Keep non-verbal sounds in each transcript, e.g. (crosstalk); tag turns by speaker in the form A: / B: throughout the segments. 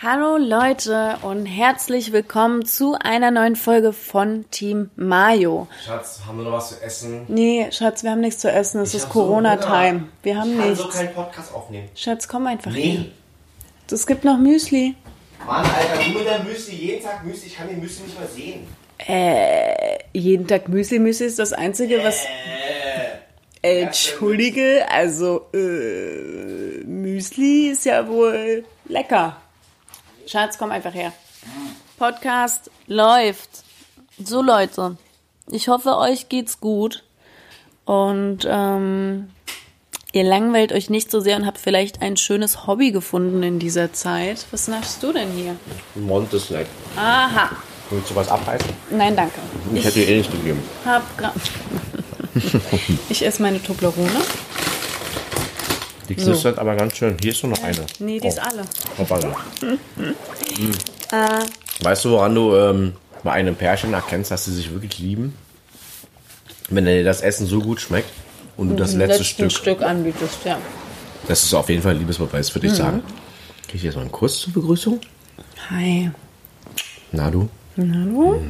A: Hallo Leute und herzlich willkommen zu einer neuen Folge von Team Mayo.
B: Schatz, haben wir noch was zu essen?
A: Nee, Schatz, wir haben nichts zu essen. Es
B: Ich
A: ist
B: hab so
A: Corona-Time.
B: Hunger.
A: wir haben
B: ich
A: nichts.
B: Ich kann so keinen Podcast aufnehmen.
A: Schatz, komm einfach
B: Nee.
A: Es gibt noch Müsli.
B: Mann, Alter, nur der Müsli, jeden Tag Müsli. Ich kann den Müsli nicht mehr sehen.
A: Äh, Jeden Tag Müsli. Müsli ist das Einzige, was...
B: Äh.
A: Äh, Entschuldige, also äh, Müsli ist ja wohl lecker. Schatz, komm einfach her. Podcast läuft. So Leute, ich hoffe, euch geht's gut und ähm, ihr langweilt euch nicht so sehr und habt vielleicht ein schönes Hobby gefunden in dieser Zeit. Was machst du denn hier?
B: Monte Snack.
A: Aha,
B: Willst du was abreißen?
A: nein, danke.
B: Ich hätte dir eh nicht gegeben.
A: hab gra- ich esse meine Toblerone.
B: Die knistert aber ganz schön. Hier ist nur noch eine. Oh.
A: Nee, die ist alle. (laughs)
B: Hoppala. Hm. Weißt du, woran du ähm, bei einem Pärchen erkennst, dass sie sich wirklich lieben? Wenn dir das Essen so gut schmeckt und du
A: Mhm,
B: das letzte Stück,
A: anbietest, ja.
B: Das ist auf jeden Fall ein Liebesbeweis, würde ich
A: Mhm.
B: sagen. Krieg ich jetzt mal einen Kuss zur Begrüßung?
A: Hi.
B: Na du?
A: Na du?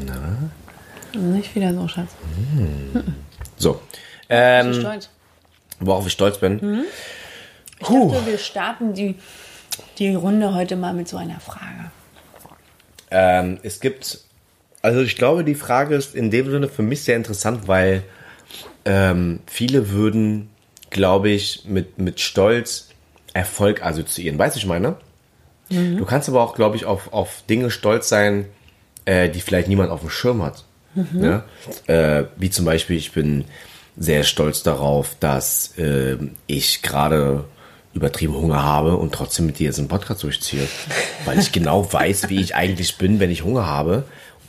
A: Nicht wieder so, Schatz.
B: So. Ähm,
A: Stolz.
B: worauf ich stolz bin.
A: Mhm. Ich
B: Puh.
A: dachte, wir starten die, die Runde heute mal mit so einer Frage.
B: Ähm, es gibt, also ich glaube, die Frage ist in dem Sinne für mich sehr interessant, weil ähm, viele würden, glaube ich, mit, mit Stolz Erfolg assoziieren. Weißt du, ich meine? Du kannst aber auch, glaube ich, auf, auf Dinge stolz sein, äh, die vielleicht niemand auf dem Schirm hat. Ne? Äh, wie zum Beispiel, ich bin sehr stolz darauf, dass äh, ich gerade übertrieben Hunger habe und trotzdem mit dir jetzt einen Podcast durchziehe. Weil ich genau weiß, wie ich eigentlich bin, wenn ich Hunger habe.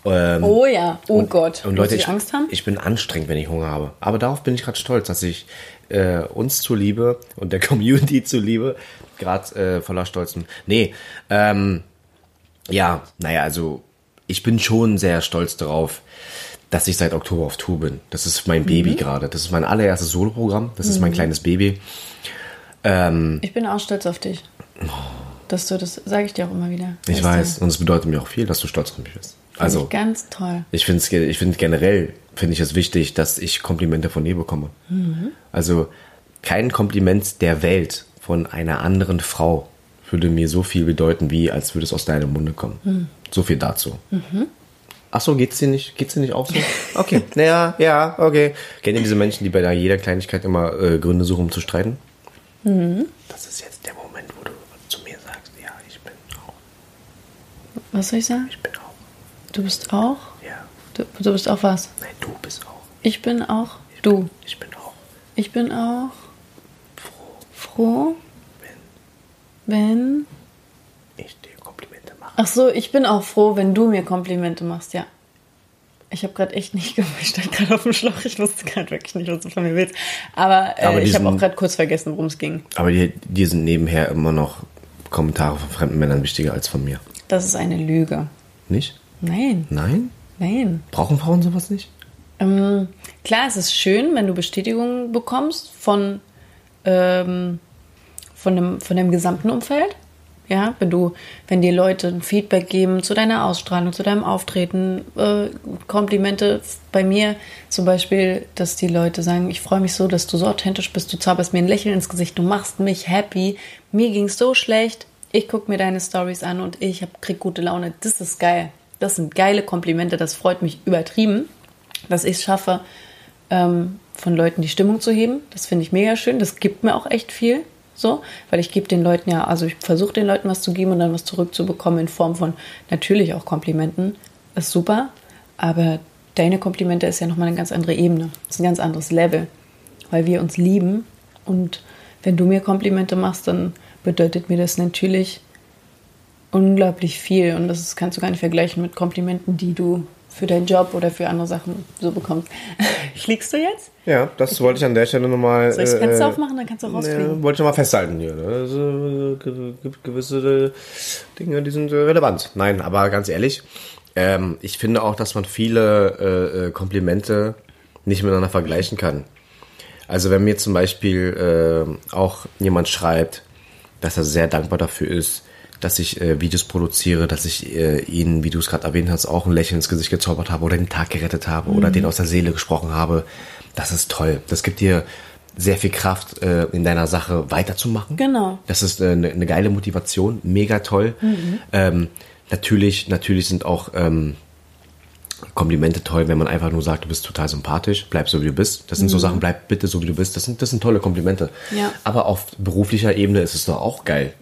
B: Ähm,
A: Oh ja, oh Gott.
B: und Leute,
A: Muss ich
B: ich,
A: Angst haben?
B: ich bin anstrengend, wenn ich Hunger habe. Aber darauf bin ich gerade stolz, dass ich äh, uns zuliebe und der (laughs) Community zuliebe gerade äh, voller Stolz bin. Nee, ähm, ja, naja, also ich bin schon sehr stolz darauf, dass ich seit Oktober auf Tour bin. Das ist mein
A: Mhm.
B: Baby gerade. Das ist mein allererstes Soloprogramm. Das ist mein kleines Baby.
A: Ich bin auch stolz auf dich. Dass du das, sage ich dir auch immer wieder.
B: Ich
A: Weißt
B: weiß.
A: du?
B: Und es bedeutet mir auch viel, dass du stolz auf mich bist. Also,
A: Finde ich ganz toll.
B: Ich finde ich find generell finde ich es wichtig, dass ich Komplimente von dir bekomme. Also kein Kompliment der Welt von einer anderen Frau würde mir so viel bedeuten, wie als würde es aus deinem Munde kommen. So viel dazu. Ach so, geht's dir nicht? Geht's dir nicht auch so? Okay, naja, ja, okay. Kennt ihr diese Menschen, die bei der- jeder Kleinigkeit immer äh, Gründe suchen, um zu streiten? Das ist jetzt der Moment, wo du zu mir sagst, ja, ich bin auch,
A: Was soll ich sagen?
B: ich bin auch,
A: Du bist auch?
B: ja,
A: Du, du bist auch was?
B: nein, du bist auch,
A: Ich bin auch du.
B: ich bin auch.
A: Ich bin auch froh, wenn
B: ich dir Komplimente mache.
A: Ach so, ich bin auch froh, wenn du mir Komplimente machst, ja. Ich habe gerade echt nicht (laughs) gewusst, ich stand gerade auf dem Schlauch. Ich wusste gerade wirklich nicht, was du von mir willst. Aber, äh,
B: Aber
A: ich habe
B: diesen-
A: auch gerade kurz vergessen, worum es ging.
B: Aber dir, dir sind nebenher immer noch Kommentare von fremden Männern wichtiger als von mir.
A: Das ist eine Lüge.
B: Nicht?
A: Nein,
B: Nein?
A: nein.
B: Brauchen Frauen sowas nicht?
A: Ähm, klar, es ist schön, wenn du Bestätigung bekommst von, ähm, von, dem, von dem gesamten Umfeld. Ja, wenn du, wenn dir Leute ein Feedback geben zu deiner Ausstrahlung, zu deinem Auftreten, äh, Komplimente bei mir zum Beispiel, dass die Leute sagen, ich freue mich so, dass du so authentisch bist, du zauberst mir ein Lächeln ins Gesicht, du machst mich happy, mir ging's so schlecht, ich gucke mir deine Stories an und ich hab, krieg gute Laune. Das ist geil. Das sind geile Komplimente, das freut mich übertrieben dass ich es schaffe, ähm, von Leuten die Stimmung zu heben. Das finde ich mega schön. Das gibt mir auch echt viel. So, weil ich gebe den Leuten ja, also ich versuche den Leuten was zu geben und dann was zurückzubekommen in Form von natürlich auch Komplimenten. Ist super. Aber deine Komplimente ist ja nochmal eine ganz andere Ebene. Ist ein ganz anderes Level. Weil wir uns lieben. Und wenn du mir Komplimente machst, dann bedeutet mir das natürlich unglaublich viel und das ist- kannst du gar nicht vergleichen mit Komplimenten, die du für deinen Job oder für andere Sachen so bekommst. (laughs) Schlägst du jetzt?
B: Ja, das wollte ich an der Stelle nochmal.
A: Soll ich das Fenster aufmachen? Dann kannst du rausfliegen.
B: äh, wollte ich nochmal festhalten hier. ne? Also, ge- gibt gewisse äh, Dinge, die sind äh, relevant. Nein, aber ganz ehrlich, ähm, ich finde auch, dass man viele äh, äh, Komplimente nicht miteinander vergleichen kann. Also wenn mir zum Beispiel äh, auch jemand schreibt, dass er sehr dankbar dafür ist, dass ich äh, Videos produziere, dass ich äh, ihnen, wie du es gerade erwähnt hast, auch ein Lächeln ins Gesicht gezaubert habe oder den Tag gerettet habe oder den aus der Seele gesprochen habe. Das ist toll. Das gibt dir sehr viel Kraft, äh, in deiner Sache weiterzumachen.
A: Genau.
B: Das ist eine äh, ne geile Motivation, mega toll. Ähm, natürlich, natürlich sind auch ähm, Komplimente toll, wenn man einfach nur sagt, du bist total sympathisch, bleib so wie du bist. Das sind so Sachen, bleib bitte so wie du bist. Das sind, das sind tolle Komplimente.
A: Mhm. Ja.
B: Aber auf beruflicher Ebene ist es doch auch geil.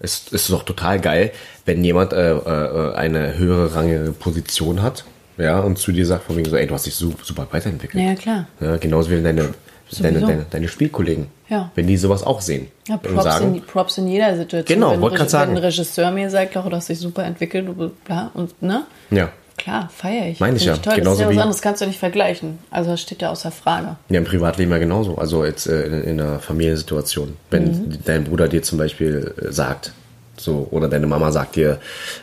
B: Es ist doch total geil, wenn jemand äh, äh, eine höhere rangige Position hat, ja, und zu dir sagt von wegen so, ey, du hast dich su- super weiterentwickelt.
A: Ja, klar.
B: Ja, genauso wie deine, deine,
A: Sowieso.
B: deine, deine Spielkollegen.
A: Ja.
B: Wenn die sowas auch sehen.
A: Ja,
B: und
A: Props, in, Props in jeder Situation.
B: Genau,
A: Wenn ein
B: wollte grad
A: Reg-
B: sagen.
A: Wenn ein Regisseur mir sagt, Laura, du hast dich super entwickelt, du bla und ne?
B: Ja.
A: Klar, feiere ich.
B: Meine ich
A: Find Toll. das
B: ja,
A: ist
B: genauso
A: ja was
B: wie-
A: anderes, kannst du nicht vergleichen. Also das steht ja außer Frage.
B: Ja, im Privatleben ja genauso. Also jetzt äh, in, in einer Familiensituation. Wenn
A: Mhm.
B: dein Bruder dir zum Beispiel äh, sagt, so, oder deine Mama sagt dir,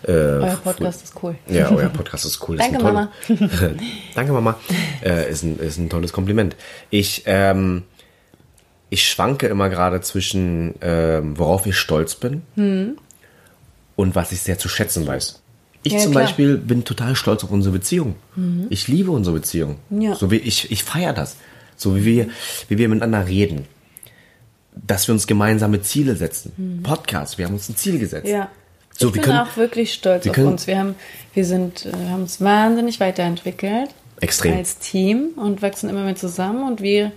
B: äh,
A: Euer Podcast ist cool.
B: Ja, euer Podcast ist cool.
A: Danke,
B: ist ein toll- (laughs) Danke, Mama. Äh, ist, ein, ist ein tolles Kompliment. Ich, ähm, ich schwanke immer gerade zwischen, ähm, worauf ich stolz bin und was ich sehr zu schätzen weiß. Ich
A: Hm. Ja,
B: zum
A: klar. Mhm.
B: Beispiel bin total stolz auf unsere Beziehung. Ich liebe unsere Beziehung.
A: Ja.
B: So wie ich, ich feiere das. So wie wir, wie wir miteinander reden. Dass wir uns gemeinsame Ziele setzen. Podcast, wir haben uns ein Ziel gesetzt.
A: Mhm. Ja.
B: So,
A: ich
B: wir
A: bin
B: können-
A: auch wirklich stolz
B: wir
A: auf
B: können-
A: uns. Wir haben, wir sind, äh, haben uns wahnsinnig weiterentwickelt.
B: Extrem.
A: Als Team und wachsen immer mehr zusammen und wir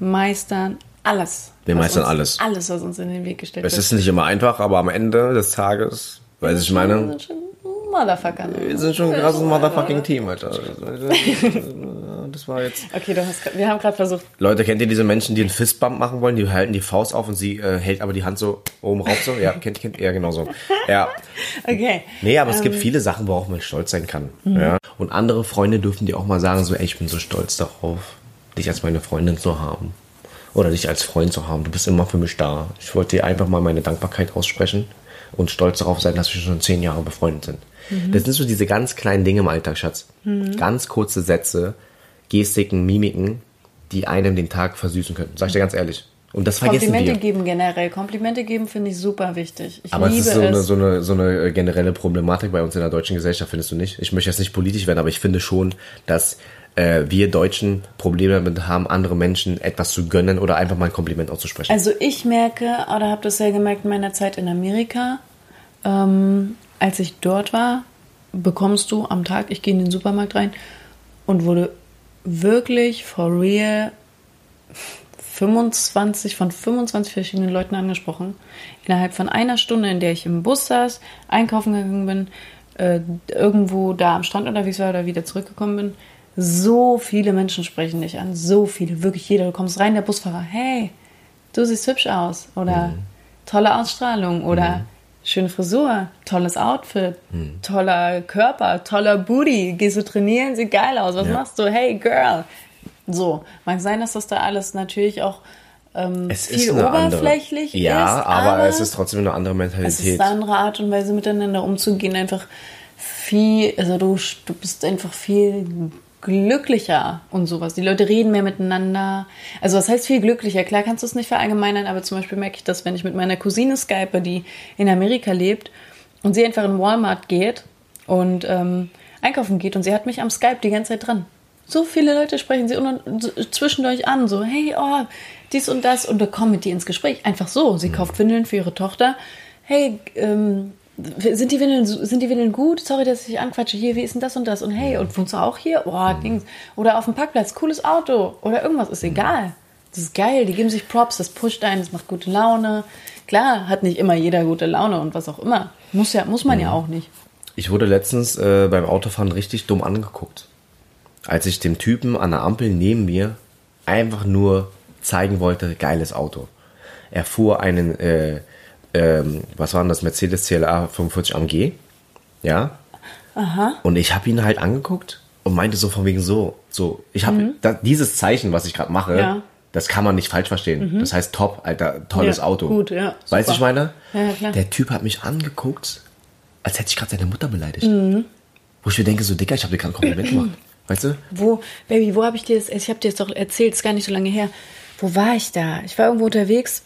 A: meistern alles.
B: Wir
A: was
B: meistern
A: uns,
B: alles.
A: Alles, was uns in den Weg gestellt
B: Es
A: wird.
B: ist nicht immer einfach, aber am Ende des Tages, weiß ich
A: Wir
B: meine,
A: sind Also schon Motherfucker. ne?
B: wir sind schon ein krasses motherfucking Team, Alter. Das war jetzt.
A: Okay, du hast, grad- wir haben gerade versucht,
B: Leute, kennt ihr diese Menschen, die einen Fistbump machen wollen? Die halten die Faust auf und sie äh, hält aber die Hand so oben rauf so. Ja, kennt kennt ihr genau so. Ja.
A: okay.
B: Nee, aber es gibt viele Sachen, worauf man stolz sein kann. Ja. Und andere Freunde dürfen dir auch mal sagen, so, ey, ich bin so stolz darauf, dich als meine Freundin zu haben. Oder dich als Freund zu haben. Du bist immer für mich da. Ich wollte dir einfach mal meine Dankbarkeit aussprechen und stolz darauf sein, dass wir schon zehn Jahre befreundet sind. Das sind so diese ganz kleinen Dinge im Alltag, Schatz. Ganz kurze Sätze, Gestiken, Mimiken, die einem den Tag versüßen können. Sag ich dir ganz ehrlich. Und das vergessen
A: Komplimente
B: wir.
A: geben generell. Komplimente geben finde ich super wichtig. Ich
B: Aber es
A: liebe
B: ist so eine,
A: es.
B: so, eine, so eine äh, generelle Problematik bei uns in der deutschen Gesellschaft, findest du nicht? Ich möchte jetzt nicht politisch werden, aber ich finde schon, dass äh, wir Deutschen Probleme damit haben, andere Menschen etwas zu gönnen oder einfach mal ein Kompliment auszusprechen.
A: Also ich merke, oder habe das ja gemerkt in meiner Zeit in Amerika, ähm, als ich dort war, bekommst du am Tag, ich gehe in den Supermarkt rein und wurde wirklich for real 25 von 25 verschiedenen Leuten angesprochen. Innerhalb von einer Stunde, in der ich im Bus saß, einkaufen gegangen bin, äh, irgendwo da am Strand unterwegs war oder wieder zurückgekommen bin. So viele Menschen sprechen dich an, so viele, wirklich jeder. Du kommst rein, der Busfahrer, hey, du siehst hübsch aus oder
B: Mhm.
A: tolle Ausstrahlung oder schöne Frisur, tolles Outfit,
B: Mhm.
A: toller Körper, toller Booty, gehst du trainieren, sieht geil aus, was
B: Ja.
A: machst du, hey Girl. So, mag sein, dass das da alles natürlich auch ähm,
B: es
A: viel oberflächlich
B: andere, Ja,
A: ist,
B: aber, es ist trotzdem eine andere
A: es ist
B: Mentalität.
A: eine andere Art und Weise, miteinander umzugehen. Einfach viel, also du, du bist einfach viel glücklicher und sowas. Die Leute reden mehr miteinander. Also was heißt viel glücklicher? Klar kannst du es nicht verallgemeinern, aber zum Beispiel merke ich das, wenn ich mit meiner Cousine skype, die in Amerika lebt und sie einfach in Walmart geht und ähm, einkaufen geht und sie hat mich am Skype die ganze Zeit dran. So viele Leute sprechen sie un- so- zwischendurch an, so, hey, oh, dies und das, und da kommen mit die ins Gespräch. Einfach so. Sie kauft Windeln für ihre Tochter. Hey, ähm, sind die Windeln, so- sind die Windeln gut? Sorry, dass ich anquatsche. Hier, wie ist denn das und das? Und hey, und wohnst du auch hier? Oh, Dings. Oder auf dem Parkplatz, cooles Auto. Oder irgendwas, ist egal. Das ist geil. Die geben sich Props, das pusht einen, das macht gute Laune. Klar, hat nicht immer jeder gute Laune und was auch immer. Muss ja, muss man ja auch nicht.
B: Ich wurde letztens äh, beim Autofahren richtig dumm angeguckt. Als ich dem Typen an der Ampel neben mir einfach nur zeigen wollte, geiles Auto. Er fuhr einen, äh, ähm, was war denn das, Mercedes CLA 45 AMG. Ja. Aha. Und ich habe ihn halt angeguckt und meinte so von wegen so, so, ich habe da, dieses Zeichen, was ich gerade mache,
A: Mhm. Ja. Mhm.
B: das kann man nicht falsch verstehen. Das heißt top, alter, tolles
A: Ja,
B: Auto.
A: gut, ja,
B: Weißt du,
A: super.
B: ich meine?
A: Ja, ja, klar.
B: ne? Der Typ hat mich angeguckt, als hätte ich gerade seine Mutter beleidigt. Wo ich mir denke, so Dicker, ich habe dir gerade
A: (clears throat)
B: ein Kompliment gemacht. Weißt du?
A: Wo, Baby, wo habe ich dir das? Ich habe dir das doch erzählt, ist (clears throat) gar nicht so lange her. Wo war ich da? Ich war irgendwo unterwegs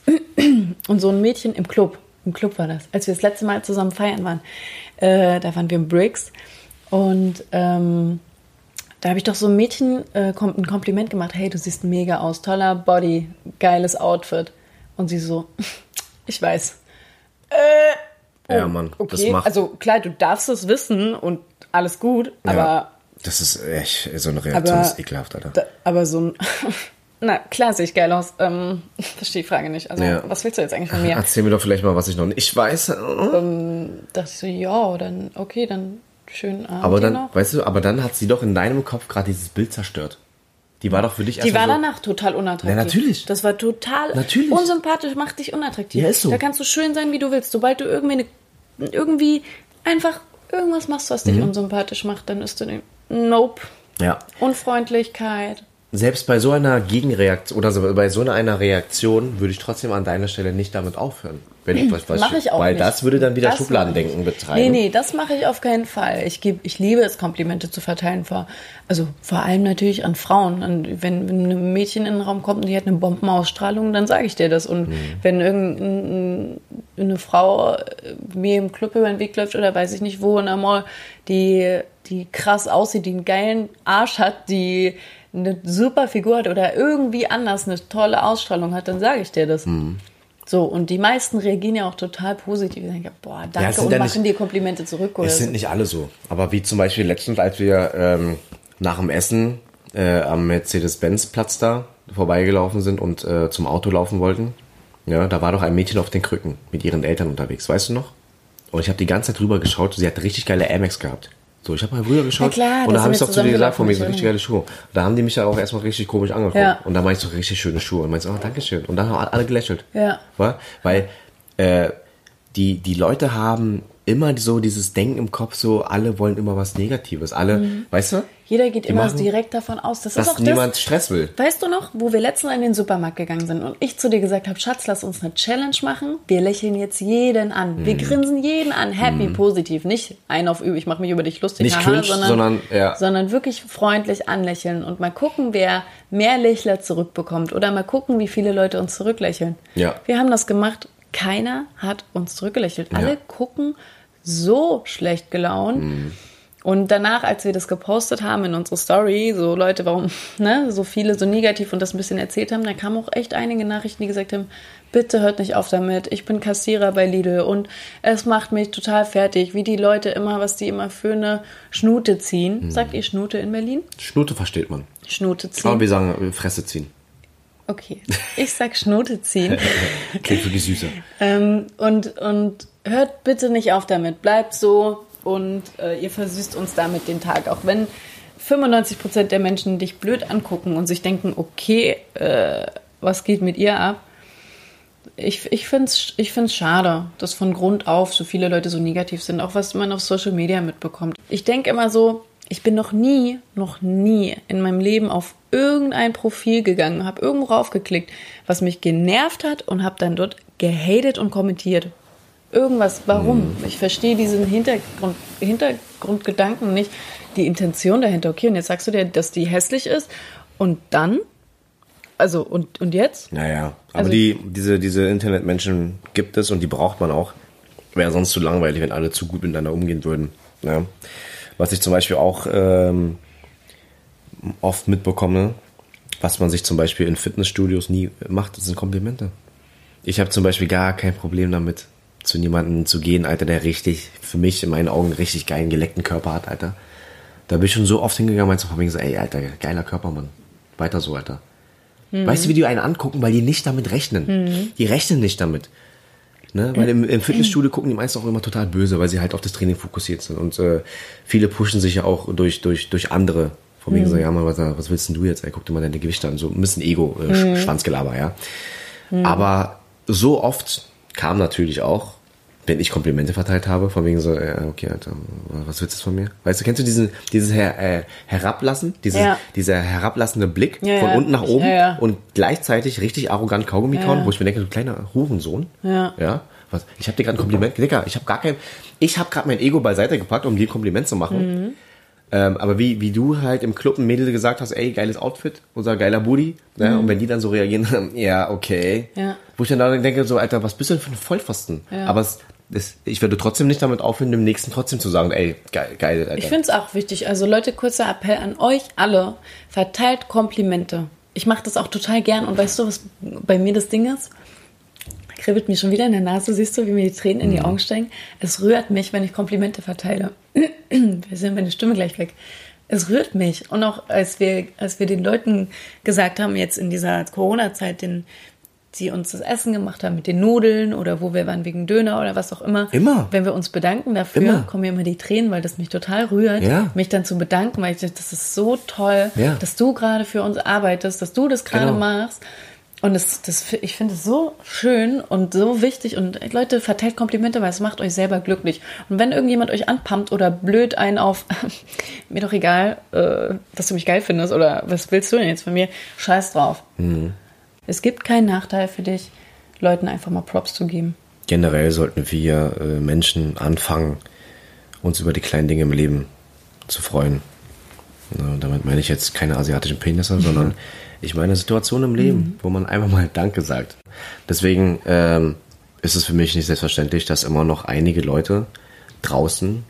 A: und so ein Mädchen im Club. Im Club war das. Als wir das letzte Mal zusammen feiern waren, äh, da waren wir im Briggs. Und ähm, da habe ich doch so ein Mädchen äh, kom ein Kompliment gemacht. Hey, du siehst mega aus, toller Body, geiles Outfit. Und sie so, (laughs) ich weiß. Äh, oh,
B: Ja, Mann, das
A: okay.
B: macht-
A: Also klar, du darfst es wissen und alles gut, aber
B: ja. Das ist echt, so eine Reaktion
A: Aber-
B: ist ekelhaft, Alter.
A: Da, aber so ein. (laughs) Na, klar sehe ich geil aus. Ähm, verstehe die Frage nicht. Also,
B: Ja.
A: was willst du jetzt eigentlich von
B: (laughs)
A: mir?
B: Erzähl mir doch vielleicht mal, was ich noch nicht weiß. äh,
A: Dachte ich so, ja, dann, okay, dann schönen Abend.
B: Aber
A: dir
B: dann,
A: noch.
B: weißt du, aber dann hat sie doch in deinem Kopf gerade dieses Bild zerstört. Die war doch für dich
A: Die war
B: erstmal so,
A: danach total unattraktiv.
B: Na, natürlich.
A: Das war total
B: Natürlich.
A: unsympathisch, macht dich unattraktiv.
B: Ja, ist so.
A: Da kannst du schön sein, wie du willst. Sobald du irgendwie, eine, irgendwie einfach irgendwas machst, was dich
B: Mhm.
A: unsympathisch macht, dann ist du. Nope.
B: Ja.
A: Unfreundlichkeit.
B: Selbst bei so einer Gegenreaktion oder so, bei so einer Reaktion würde ich trotzdem an deiner Stelle nicht damit aufhören. Wenn
A: (clears throat)
B: ich was, was
A: Mach ich auch
B: Weil
A: nicht.
B: das würde dann wieder
A: Das
B: Schubladendenken
A: mach ich.
B: betreiben.
A: Nee, nee, das mache ich auf keinen Fall. Ich, geb, ich liebe es, Komplimente zu verteilen. Vor, also vor allem natürlich an Frauen. Und wenn, wenn ein Mädchen in den Raum kommt und die hat eine Bombenausstrahlung, dann sage ich dir das.
B: Mhm.
A: Und wenn irgendeine Frau äh, mir im Club über den Weg läuft oder weiß ich nicht wo in der Mall, die, die krass aussieht, die einen geilen Arsch hat, die eine super Figur hat oder irgendwie anders eine tolle Ausstrahlung hat, dann sage ich dir
B: Mhm.
A: das. So, und die meisten reagieren ja auch total positiv. Die denken, boah,
B: Ja,
A: danke
B: es sind
A: und
B: ja nicht-
A: machen dir Komplimente zurück. Oder
B: Es
A: so.
B: sind nicht alle so. Aber wie zum Beispiel letztens, als wir ähm, nach dem Essen äh, am Mercedes-Benz-Platz da vorbeigelaufen sind und äh, zum Auto laufen wollten, ja, da war doch ein Mädchen auf den Krücken mit ihren Eltern unterwegs, weißt du noch? Und ich habe die ganze Zeit drüber geschaut, sie hat richtig geile Amex gehabt. So, ich habe mal rüber geschaut
A: Na klar,
B: und
A: da
B: da habe ich
A: sind
B: doch
A: wir
B: zu dir gesagt,
A: zusammengelaufen,
B: von mir so
A: ich
B: richtig geile Schuhe. Da haben die mich ja auch erstmal richtig komisch angeguckt.
A: Ja.
B: Und da meinte ich so richtig schöne Schuhe und meinst, oh, Dankeschön. Und dann haben alle gelächelt.
A: Ja.
B: Wa? Weil äh, die, die Leute haben immer so dieses Denken im Kopf, so alle wollen immer was Negatives. Alle, weißt du?
A: Jeder geht
B: Die
A: immer
B: machen-
A: direkt davon aus. Das ist
B: Dass
A: Mhm. auch das.
B: niemand Stress will.
A: Weißt du noch, wo wir letztens in den Supermarkt gegangen sind und ich zu dir gesagt habe, Schatz, lass uns eine Challenge machen. Wir lächeln jetzt jeden an.
B: Mhm.
A: Wir grinsen jeden an. Happy, positiv. Nicht ein auf Ü, ich mache mich über dich lustig.
B: Nicht
A: haha,
B: cringe, sondern, ja.
A: sondern wirklich freundlich anlächeln und mal gucken, wer mehr Lächler zurückbekommt oder mal gucken, wie viele Leute uns zurücklächeln.
B: Ja.
A: Wir haben das gemacht. Keiner hat uns zurückgelächelt. Alle
B: Ja.
A: gucken so schlecht gelaunt.
B: Mhm.
A: Und danach, als wir das gepostet haben in unsere Story, so Leute, warum (laughs) ne, so viele so negativ und das ein bisschen erzählt haben, da kamen auch echt einige Nachrichten, die gesagt haben, bitte hört nicht auf damit, ich bin Kassierer bei Lidl und es macht mich total fertig, wie die Leute immer, was die immer für eine Schnute ziehen.
B: Mhm.
A: Sagt ihr Schnute in Berlin?
B: Schnute versteht man.
A: Schnute
B: Aber
A: ziehen.
B: wir sagen, äh, Fresse ziehen.
A: Okay, ich sag Schnute
B: (laughs)
A: ziehen.
B: Klingt für die Süße.
A: Ähm, und, und hört bitte nicht auf damit. Bleibt so und äh, ihr versüßt uns damit den Tag. Auch wenn 95% der Menschen dich blöd angucken und sich denken, okay, äh, was geht mit ihr ab? Ich, ich finde es ich find's schade, dass von Grund auf so viele Leute so negativ sind, auch was man auf Social Media mitbekommt. Ich denke immer so, ich bin noch nie, noch nie in meinem Leben auf irgendein Profil gegangen, habe irgendwo raufgeklickt, was mich genervt hat und habe dann dort gehatet und kommentiert. Irgendwas, warum? Ich verstehe diesen Hintergrund, Hintergrundgedanken nicht, die Intention dahinter. Okay, und jetzt sagst du dir, dass die hässlich ist und dann? Also, und, und jetzt?
B: Naja, aber
A: Also-
B: die, diese, diese Internetmenschen gibt es und die braucht man auch. Wäre sonst zu langweilig, wenn alle zu gut miteinander umgehen würden. Ja. Was ich zum Beispiel auch ähm, oft mitbekomme, was man sich zum Beispiel in Fitnessstudios nie macht, das sind Komplimente. Ich habe zum Beispiel gar kein Problem damit, zu jemandem zu gehen, Alter, der richtig, für mich in meinen Augen, richtig geilen, geleckten Körper hat, Alter. Da bin ich schon so oft hingegangen, meinst du, von wegen so, ey, Alter, geiler Körper, Mann. Weiter so, Alter. Weißt du, wie die einen angucken, weil die nicht damit rechnen. Die rechnen nicht damit. Ne? Weil im, im Fitnessstudio gucken die meisten auch immer total böse, weil sie halt auf das Training fokussiert sind. Und äh, viele pushen sich ja auch durch, durch, durch andere. Von
A: Mhm.
B: wegen so, ja, Mann, was, was willst denn du jetzt? Ey, guck dir mal deine Gewichte an. So ein bisschen
A: Mhm.
B: Ego-Schwanzgelaber, ja. Aber so oft kam natürlich auch, wenn ich Komplimente verteilt habe, von wegen so, äh, okay, Alter, was willst du jetzt von mir? Weißt du, kennst du diesen, dieses Her äh, Herablassen, dieses,
A: Ja.
B: dieser herablassende Blick
A: Ja,
B: von
A: ja.
B: unten nach oben
A: Ja, ja.
B: und gleichzeitig richtig arrogant Kaugummi kauen,
A: ja.
B: wo ich mir denke, du kleiner Hurensohn.
A: Ja.
B: ja? Was, ich
A: Mhm.
B: habe dir gerade ein Kompliment, Digga, ich habe gar kein, ich habe gerade mein Ego beiseite gepackt, um dir ein Kompliment zu machen. Ähm, aber wie, wie du halt im Club ein Mädel gesagt hast, ey, geiles Outfit, unser geiler Booty, ne? und wenn die dann (laughs) so reagieren, ja, okay.
A: Mhm. Ja.
B: Wo ich dann dann denke, so, Alter, was bist du denn für ein Vollpfosten?
A: Ja.
B: Aber es, es, ich würde trotzdem nicht damit aufhören, dem Nächsten trotzdem zu sagen, ey, geil, geil, Alter.
A: Ich finde es auch wichtig. Also Leute, kurzer Appell an euch alle. Verteilt Komplimente. Ich mache das auch total gern. Und weißt du, was bei mir das Ding ist? Kribbelt mir schon wieder in der Nase. Siehst du, wie mir die Tränen in die Augen steigen? Es rührt mich, wenn ich Komplimente verteile. (clears throat) Wir sind meine Stimme gleich weg. Es rührt mich. Und auch als wir, als wir den Leuten gesagt haben, jetzt in dieser Corona-Zeit, den, die uns das Essen gemacht haben mit den Nudeln oder wo wir waren wegen Döner oder was auch immer.
B: Immer.
A: Wenn wir uns bedanken dafür,
B: Immer.
A: kommen mir immer die Tränen, weil das mich total rührt,
B: Ja.
A: mich dann zu bedanken, weil ich dachte, das ist so toll,
B: Ja.
A: dass du gerade für uns arbeitest, dass du das gerade
B: Genau.
A: machst. Und das, das, ich finde es so schön und so wichtig. Und ey, Leute, verteilt Komplimente, weil es macht euch selber glücklich. Und wenn irgendjemand euch anpumpt oder blöd einen auf, (laughs) mir doch egal, äh, dass du mich geil findest oder was willst du denn jetzt von mir, scheiß drauf.
B: Mhm.
A: Es gibt keinen Nachteil für dich, Leuten einfach mal Props zu geben.
B: Generell sollten wir äh, Menschen anfangen, uns über die kleinen Dinge im Leben zu freuen. Na, und damit meine ich jetzt keine asiatischen Penisse, sondern ich meine Situationen im Leben, wo man einfach mal Danke sagt. Deswegen ähm, ist es für mich nicht selbstverständlich, dass immer noch einige Leute draußen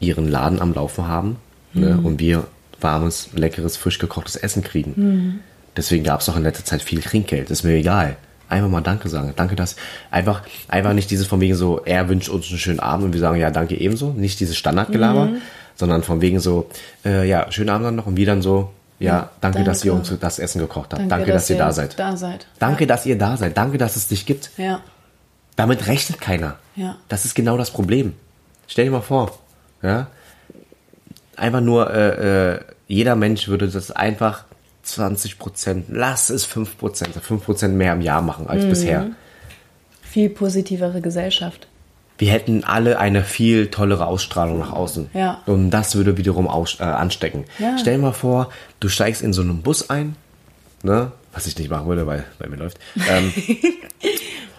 B: ihren Laden am Laufen haben ne, und wir warmes, leckeres, frisch gekochtes Essen kriegen. Deswegen gab es auch in letzter Zeit viel Trinkgeld. Ist mir egal. Einfach mal Danke sagen. Danke, dass einfach, einfach nicht dieses von wegen so, er wünscht uns einen schönen Abend und wir sagen ja danke ebenso. Nicht dieses Standardgelaber, sondern von wegen so, äh, ja, schönen Abend dann noch und wir dann so, ja, danke, dass ihr
A: danke.
B: uns das Essen gekocht habt. Danke, dass, ihr da seid.
A: Da seid.
B: Danke, dass ihr da seid. Danke, dass es dich gibt.
A: Ja.
B: Damit rechnet keiner.
A: Ja.
B: Das ist genau das Problem. Stell dir mal vor, ja, einfach nur, äh, äh, jeder Mensch würde das einfach 20 Prozent, lass es 5 Prozent, 5 Prozent mehr im Jahr machen als bisher.
A: Viel positivere Gesellschaft.
B: Wir hätten alle eine viel tollere Ausstrahlung nach außen.
A: Ja.
B: Und das würde wiederum aus, äh, anstecken.
A: Ja.
B: Stell dir mal vor, du steigst in so einen Bus ein, ne? was ich nicht machen würde, weil bei mir läuft. Ähm,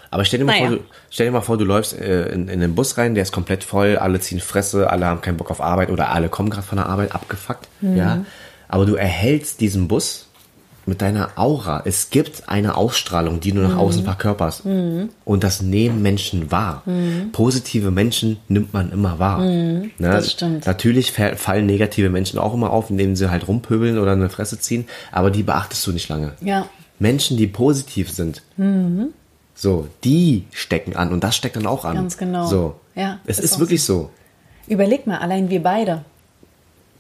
B: aber stell dir, mal
A: Naja.
B: vor, du, stell dir mal vor, du läufst äh, in, in den Bus rein, der ist komplett voll, alle ziehen Fresse, alle haben keinen Bock auf Arbeit oder alle kommen gerade von der Arbeit abgefuckt.
A: Mhm.
B: Ja? Aber du erhältst diesen Bus mit deiner Aura. Es gibt eine Ausstrahlung, die du
A: Mhm.
B: nach außen verkörperst. Und das nehmen Menschen wahr. Positive Menschen nimmt man immer wahr. Ne?
A: Mhm. Das stimmt.
B: Natürlich fa- fallen negative Menschen auch immer auf, indem sie halt rumpöbeln oder eine Fresse ziehen, aber die beachtest du nicht lange.
A: Ja.
B: Menschen, die positiv sind, so, die stecken an und das steckt dann auch an.
A: Ganz genau.
B: So.
A: Ja,
B: es
A: ist
B: ist,
A: auch
B: wirklich so.
A: (laughs) Überleg mal, allein wir beide.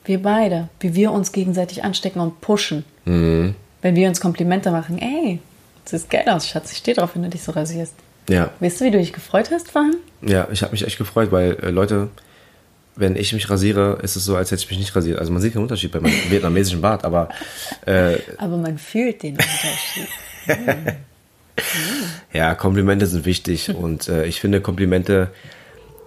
A: Wir beide, wie wir uns gegenseitig anstecken und pushen. Wenn wir uns Komplimente machen, ey, du siehst geil aus, Schatz, ich stehe drauf, wenn du dich so rasierst.
B: Ja.
A: Weißt du, wie du dich gefreut hast vorhin?
B: Ja, ich habe mich echt gefreut, weil äh, Leute, wenn ich mich rasiere, ist es so, als hätte ich mich nicht rasiert. Also man sieht keinen Unterschied bei meinem
A: (laughs)
B: vietnamesischen Bart, aber äh,
A: Aber man fühlt den Unterschied.
B: ja, Komplimente
A: (laughs)
B: sind wichtig und äh, ich finde, Komplimente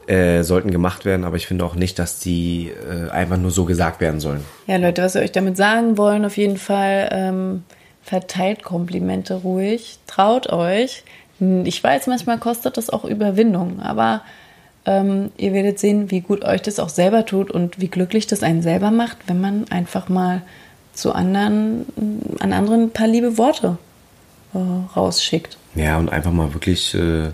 B: äh, sollten gemacht werden, aber ich finde auch nicht, dass die äh, einfach nur so gesagt werden sollen.
A: Ja, Leute, was wir euch damit sagen wollen, auf jeden Fall ähm, verteilt Komplimente ruhig, traut euch. Hm, Ich weiß, manchmal kostet das auch Überwindung, aber ähm, ihr werdet sehen, wie gut euch das auch selber tut und wie glücklich das einen selber macht, wenn man einfach mal zu anderen, an anderen ein paar liebe Worte äh, rausschickt.
B: Ja, und einfach mal wirklich äh,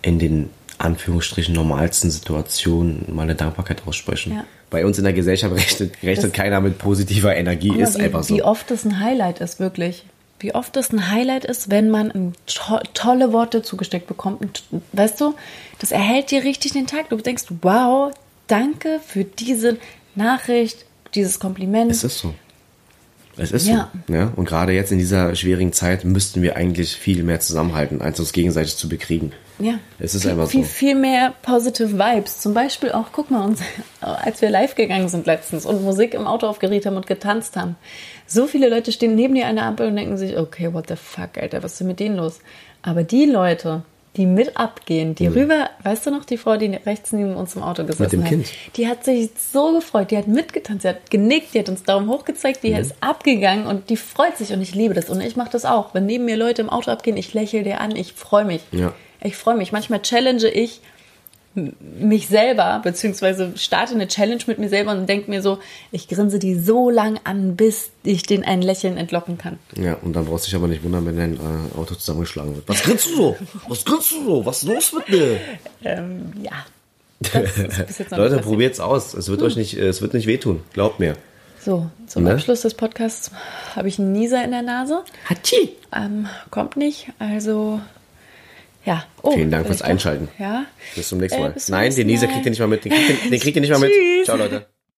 B: in den Anführungsstrichen normalsten Situationen mal eine Dankbarkeit aussprechen.
A: Ja.
B: Bei uns in der Gesellschaft rechnet, rechnet keiner mit positiver Energie,
A: Guck mal,
B: ist
A: wie,
B: einfach so.
A: Wie oft das ein Highlight ist, wirklich. Wie oft das ein Highlight ist, wenn man ähm, to tolle Worte zugesteckt bekommt. Und, weißt du, das erhält dir richtig den Tag. Du denkst, wow, danke für diese Nachricht, dieses Kompliment.
B: Es ist so. Es ist
A: Ja.
B: so. Ja? Und gerade jetzt in dieser schwierigen Zeit müssten wir eigentlich viel mehr zusammenhalten, als uns gegenseitig zu bekriegen.
A: ja.
B: Es ist
A: viel,
B: einfach
A: viel,
B: so.
A: Viel mehr positive Vibes. Zum Beispiel auch, guck mal, uns, (laughs) als wir live gegangen sind letztens und Musik im Auto aufgeriet haben und getanzt haben. So viele Leute stehen neben dir an der Ampel und denken sich, okay, what the fuck, Alter, was ist denn mit denen los? Aber die Leute, die mit abgehen, die rüber, weißt du noch, die Frau, die rechts neben uns im Auto gesessen
B: Mhm. dem
A: hat,
B: Kind.
A: die hat sich so gefreut, die hat mitgetanzt, die hat genickt, die hat uns Daumen hoch gezeigt,
B: Mhm.
A: die ist abgegangen und die freut sich und ich liebe das und ich mache das auch. Wenn neben mir Leute im Auto abgehen, ich lächle dir an, ich freue mich.
B: Ja.
A: Ich freue mich. Manchmal challenge ich mich selber, beziehungsweise starte eine Challenge mit mir selber und denke mir so, ich grinse die so lang an, bis ich den ein Lächeln entlocken kann.
B: Ja, und dann brauchst du dich aber nicht wundern, wenn dein äh, Auto zusammengeschlagen wird. Was grinst du so? Was grinst du so? Was ist los mit mir?
A: Ähm, ja. Das ist bis
B: (laughs)
A: jetzt noch
B: Leute,
A: nicht Hm. passiert.
B: probiert's aus. Es wird euch nicht, äh, es wird nicht wehtun. Glaubt mir.
A: So, zum
B: Ne?
A: Abschluss des Podcasts habe ich einen Nieser in der Nase.
B: Hatschi!
A: Ähm, kommt nicht, also ja. Oh,
B: Vielen Dank
A: ich
B: fürs
A: glaub-
B: Einschalten.
A: Ja.
B: Bis zum nächsten
A: Äh,
B: Mal.
A: bis zum
B: Nein,
A: nächsten
B: den Nieser
A: Mal.
B: kriegt ihr nicht mal mit. Den kriegt, ihr- den kriegt ihr nicht mal
A: (laughs)
B: mit.
A: Tschüss.
B: Ciao, Leute.